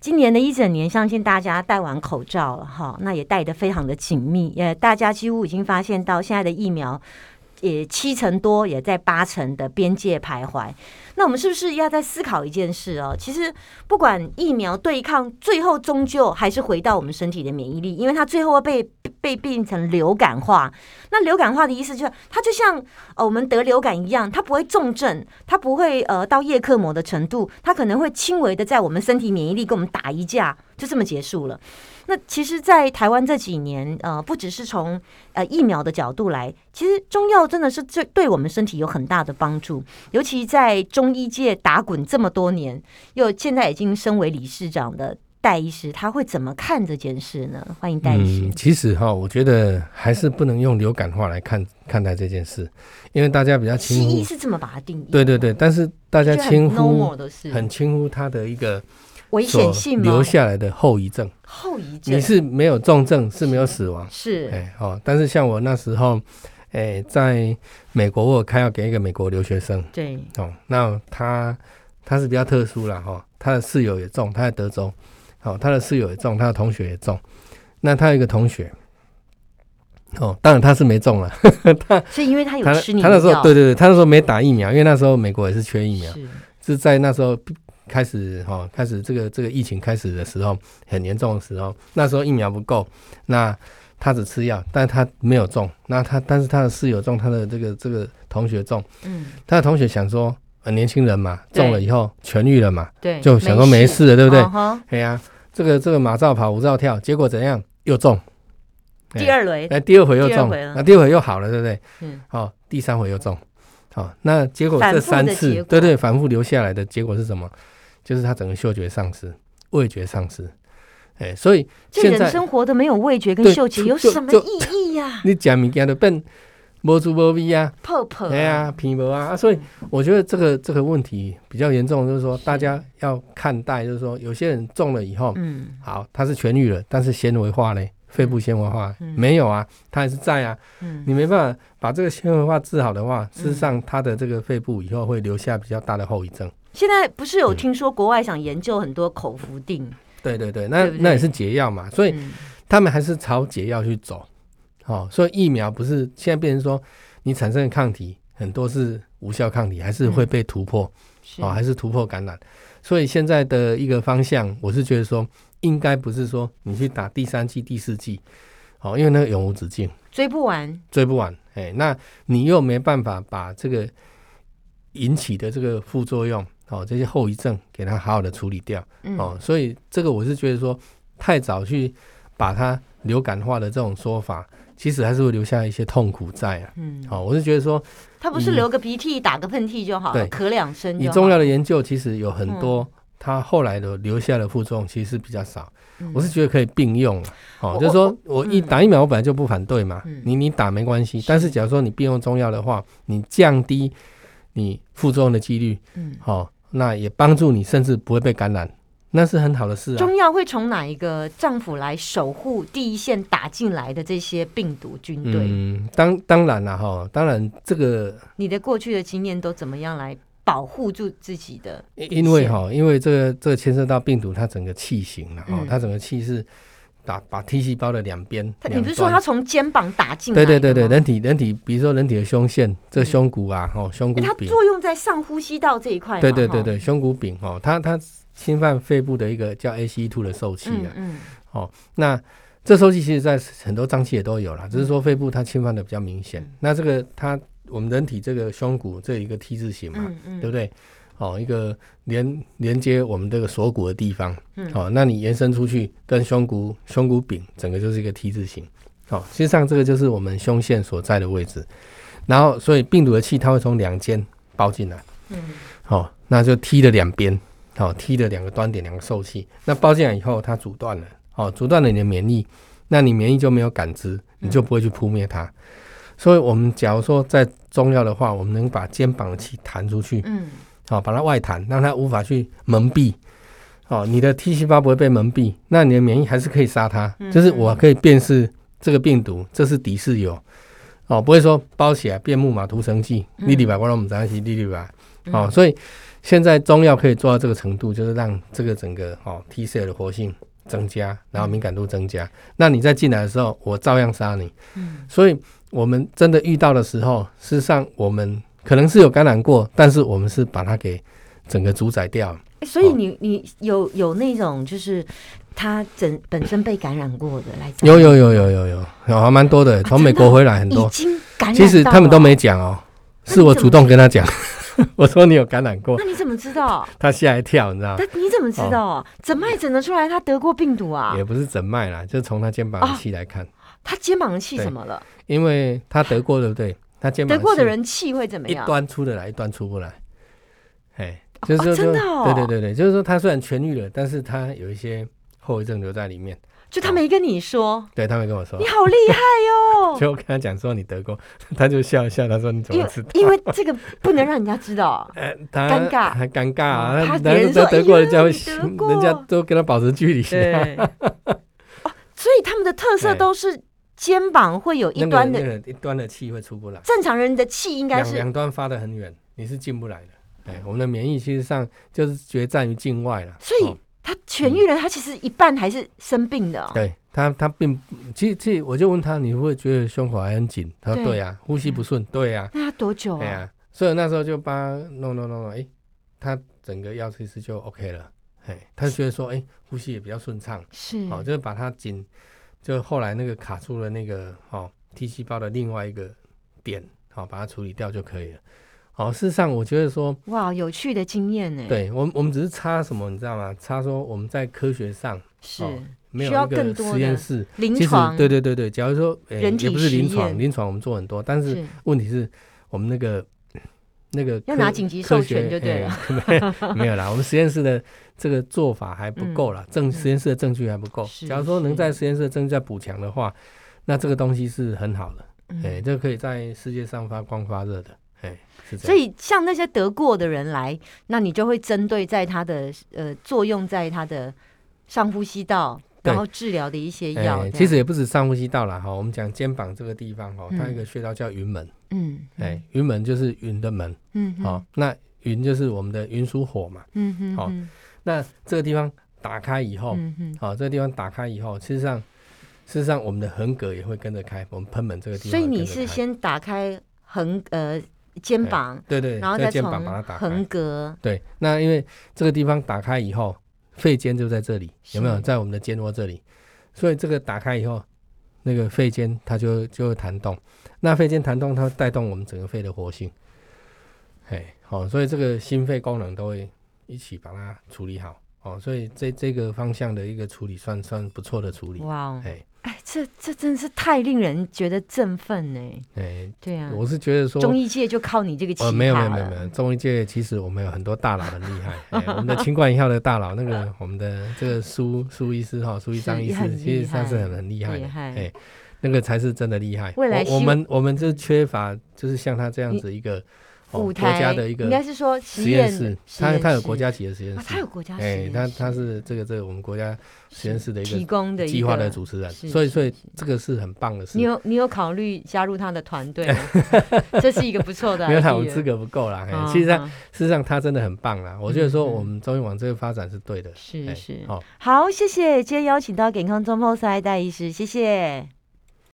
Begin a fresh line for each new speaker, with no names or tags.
今年的一整年，相信大家戴完口罩了哈，那也戴得非常的紧密，呃，大家几乎已经发现到现在的疫苗也七成多，也在八成的边界徘徊。那我们是不是要再思考一件事哦？其实不管疫苗对抗，最后终究还是回到我们身体的免疫力，因为它最后会被被变成流感化。那流感化的意思就是，它就像呃我们得流感一样，它不会重症，它不会呃到叶克膜的程度，它可能会轻微的在我们身体免疫力跟我们打一架，就这么结束了。那其实，在台湾这几年，呃，不只是从呃疫苗的角度来，其实中药真的是最对我们身体有很大的帮助，尤其在中医界打滚这么多年，又现在已经身为理事长的戴医师，他会怎么看这件事呢？欢迎戴医师。
嗯，其实哈，我觉得还是不能用流感化来看看待这件事，因为大家比较轻
西医
忽，
是这么把它定义，
对对对，但是大家
就很
轻
normal
忽
的事，
很轻忽它的一个
危
所
险性吗？
留下来的后遗症。
后遗症
你是没有重症，是没有死亡，
是
哎哦，但是像我那时候，哎，在美国我有开药给一个美国留学生
对
哦，那他他是比较特殊啦哈、哦，他的室友也中，他在德州，哦，他的室友也中，他的同学也中，那他有一个同学，哦，当然他是没中了，
所以因为他有
他
吃你
他
的
那时候
药
对对啊对，他那时候没打疫苗，因为那时候美国也是缺疫苗，
是
是在那时候开始哈、哦，开始这个这个疫情开始的时候，很严重的时候，那时候疫苗不够，那他只吃药，但他没有中，那他但是他的室友中，他的这个这个同学中，
嗯
他的同学想说，呃，年轻人嘛，
对
中了以后痊愈了嘛，
对，
就想说没事了，对不对？
嗯哼
哎呀、这个这个马照跑，舞照跳，结果怎样？又中，哎
第二轮
那第二回又
第二
中，
回了
那第二回又好了，对不对？
嗯，
好、第三回又中，好、那结果
反复
这
的
三
结
次
果，
对对，反复留下来的结果是什么？就是他整个嗅觉丧失，味觉丧失，哎、所以
这
现
人
在
生活的没有味觉跟
对
嗅觉
就
有
就
什么
就
意义 呀、
你讲物件都变无滋无味啊，
泡泡
哎呀，皮薄啊，啊所以我觉得这个这个问题比较严重，就是说大家要看待，就是说有些人中了以后，
嗯，
好，他是痊愈了，但是纤维化嘞，肺部纤维化、
嗯
没有啊，他还是在啊，
嗯
你没办法把这个纤维化治好的话，事实
嗯
上他的这个肺部以后会留下比较大的后遗症。
现在不是有听说国外想研究很多口服定？
对对对，那
对不对
那也是解药嘛，所以
嗯
他们还是朝解药去走。哦，所以疫苗不是现在变成说你产生的抗体很多是无效抗体，还是
嗯
会被突破。
是
哦，还是突破感染。所以现在的一个方向，我是觉得说，应该不是说你去打第三季、第四季，哦，因为那个永无止境，
追不完，
追不完。哎，那你又没办法把这个引起的这个副作用，哦，这些后遗症给它好好的处理掉，
嗯，
哦，所以这个我是觉得说，太早去把它流感化的这种说法，其实还是会留下一些痛苦在啊。
嗯，
哦，我是觉得说，
他不是
以
流个鼻涕、打个喷嚏就好了，
嗯对
咳两声
以
就
中
好。
药的研究，其实有很多，它后来的留下的副作用其实是比较少。
嗯
我是觉得可以并用了，哦，
我
就是说我一
嗯
打疫苗，我本来就不反对嘛
嗯，
你你打没关系
是。
但是假如说你并用中药的话，你降低你副作用的几率，
嗯，
哦，那也帮助你，甚至不会被感染，那是很好的事啊。
中药会从哪一个脏腑来守护第一线打进来的这些病毒军队？
嗯，当当然了哈，当然这个
你的过去的经验都怎么样来保护住自己的？
因因为哈，因为这个这个牵涉到病毒它整个气型了哦
嗯，
它整个气是打把 T 细胞的两边，
他你
两
不是说
端
他从肩膀打进来的
对对
吗？嗯
对对，人体人体，比如说人体的胸腺，这胸骨啊，哦，胸骨
欸它
柄，
作用在上呼吸道这一块嘛。
对对对
哈，
对，胸骨柄哦，它它侵犯肺部的一个叫 ACE2 的受气
嗯
啊。
嗯，
那这受气其实在很多脏器也都有啦，只是说肺部它侵犯的比较明显
嗯。
那这个它我们人体这个胸骨这一个 T 字形嘛，
嗯嗯，
啊对不对？哦，一个连连接我们这个锁骨的地方
嗯，
哦，那你延伸出去跟胸骨胸骨柄整个就是一个 T 字形，哦，实际上这个就是我们胸腺所在的位置，然后所以病毒的气它会从两间包进来，
嗯
哦，那就 T 的两边，哦，T 的两个端点两个受气，那包进来以后它阻断了，哦，阻断了你的免疫，那你免疫就没有感知，
嗯
你就不会去扑灭它，所以我们假如说在中药的话，我们能把肩膀的气弹出去。
嗯
好、哦把它外弹，让它无法去蒙蔽。哦，你的 T 细胞不会被蒙蔽，那你的免疫还是可以杀它。就是我可以辨识这个病毒，这是敌是友。哦，不会说包起来变木马屠城记，
嗯
你礼拜我让我们在一起，你礼拜。
嗯
哦，所以现在中药可以做到这个程度，就是让这个整个哦 T cell 的活性增加，然后敏感度增加。那你再进来的时候，我照样杀你。嗯，所以我们真的遇到的时候，事实上我们可能是有感染过，但是我们是把它给整个主宰掉了。
诶所以你你有有那种就是他整本身被感染过的来讲，
有有有有有有有还蛮多的，从美国回来很多。
已经感染，
其实他们都。没讲哦，
那
是
你
我
怎
主
么
动跟他讲， 我说你有啊感染过，
那你怎么知道？
他吓一跳，你知道吗
但你怎么知
啊
道？诊脉诊得出来他得过病毒啊？
也不是诊脉啦，就从他肩膀的气来看，
他肩膀的气怎么了？
因为他得过，对不对？他肩膀
得过的
气
人气会怎么
一
样？
端出得来，一端出不来，哎，就是说，
哦真的哦
对对对对，就是说他虽然痊愈了，但是他有一些后遗症留在里面。
就他没跟你说，
对他们跟我说
你，好厉害哟！
就我跟他讲说你得过， 他就笑一笑，他 说你怎
因
么
为
知道？，
因为这这个不能让人家知道
呃，他
尴尬
还尴尬
哦
啊！
怕
他
别人
都
说
得过，
哎呀
人家会
你得过
人家都跟他保持距离。
对。 哦，所以他们的特色
对
都是肩膀会有一
那个
端
那
的，
个一端的气会出不来，
正常人的气应该
两
是
两端发得很远，你是进不来的。哎，我们的免疫其实上就是决战于境外了。
所以
哦嗯
他痊愈了，他其实一半还是生病的哦。
对他，他并其实其实我就问他，你会不会觉得胸口还很紧？他说
对
对呀、呼吸不顺，对呀、
那他多久
对
啊？
呀、所以我那时候就帮他弄弄弄弄，哎，他整个药其实就 OK 了。哎，他就觉得说，哎，呼吸也比较顺畅。
是
哦，就是把它紧，就后来那个卡住了那个哦 T 细胞的另外一个点，好、把它处理掉就可以了。哦，事实上我觉得说，
哇，有趣的经验呢。，
对我们我们只是差什么，你知道吗？差说我们在科学上
是
哦没有
需要
一
更
个
多
实
的
验室，
临
其实
床
对对对对，假如说、呃
人体
也不是临
实验
床，临床我们做很多，但是
是
问题是我们那个。那个
要
科
拿紧急
科
授
学
权就对了
哎没有啦，我们实验室的这个做法还不够啦，证实验室的证据还不够
嗯是。
假如说能在实验室的证据再补强的话，那这个东西是很好的，
嗯
哎，这可以在世界上发光发热的，哎，是这
所
样。
以像那些得过的人来，那你就会针对在他的呃作用在他的上呼吸道，
对
然后治疗的一些
哎
药。这样
其实也不止上呼吸道啦，哈，我们讲肩膀这个地方哈，
嗯
它有一个穴道叫云门，
嗯，
哎，云门就是云的门，
嗯，嗯，
好，那云就是我们的云属火嘛，
嗯哼，
好
嗯
那这个地方打开以后，
嗯哼，
好，这个地方打开以后，事实上，事实上我们的横膈也会跟着开，我们喷门这个地方
所
也
以
跟着
你
开。
是先打开横呃肩膀，
对对，
然后
这
再
个肩
从
膀把它打
横
开。
膈，
对，那因为这个地方打开以后，肺尖就在这里，有没有
是
在我们的肩窝这里？所以这个打开以后，那个肺尖它就就会弹动，那肺尖弹动，它会带动我们整个肺的活性。哎，好、所以这个心肺功能都会一起把它处理好。哦，所以这这个方向的一个处理算算不错的处理。
哇哦，
哎
哎，这这真是太令人觉得振奋呢。
哎，
对啊，
我是觉得说，
中医界就靠你这个奇葩
呃，
了。
没有没有没有没有，中医界其实我们有很多大佬很厉害， 哎我们的清冠一号的大佬，那个我们的这个苏苏医师哈，苏一章
是
医
很
师，
厉
其实他是
害
很很厉害
厉
的，
害
哎，那个才是真的厉害。
未来
我我
希
们我们就缺乏就是像他这样子一个哦
舞
国
台
家的一
应该
个
是说
实
验
验室，
实
他
验
他有
室
国家级的实验
啊，他
室
有，国家实
哎，
验
他他
室
是这个这个我们国家实验室的一
提
个
供的一
计划
个
的主持人，
是
所以
是
所以
是
这个是很棒的事
你。有你有考虑加入他的团 队吗？这是一个不错的 idea，
没有他，我们资格不够啦。
嗯
哎，其实他
嗯
事实上，他真的很棒啦。我觉得说，
嗯嗯
我们中医往这个发展是对的。
是
哎
是
好。
好，谢谢今天邀请到健康中破赛戴医师，谢谢。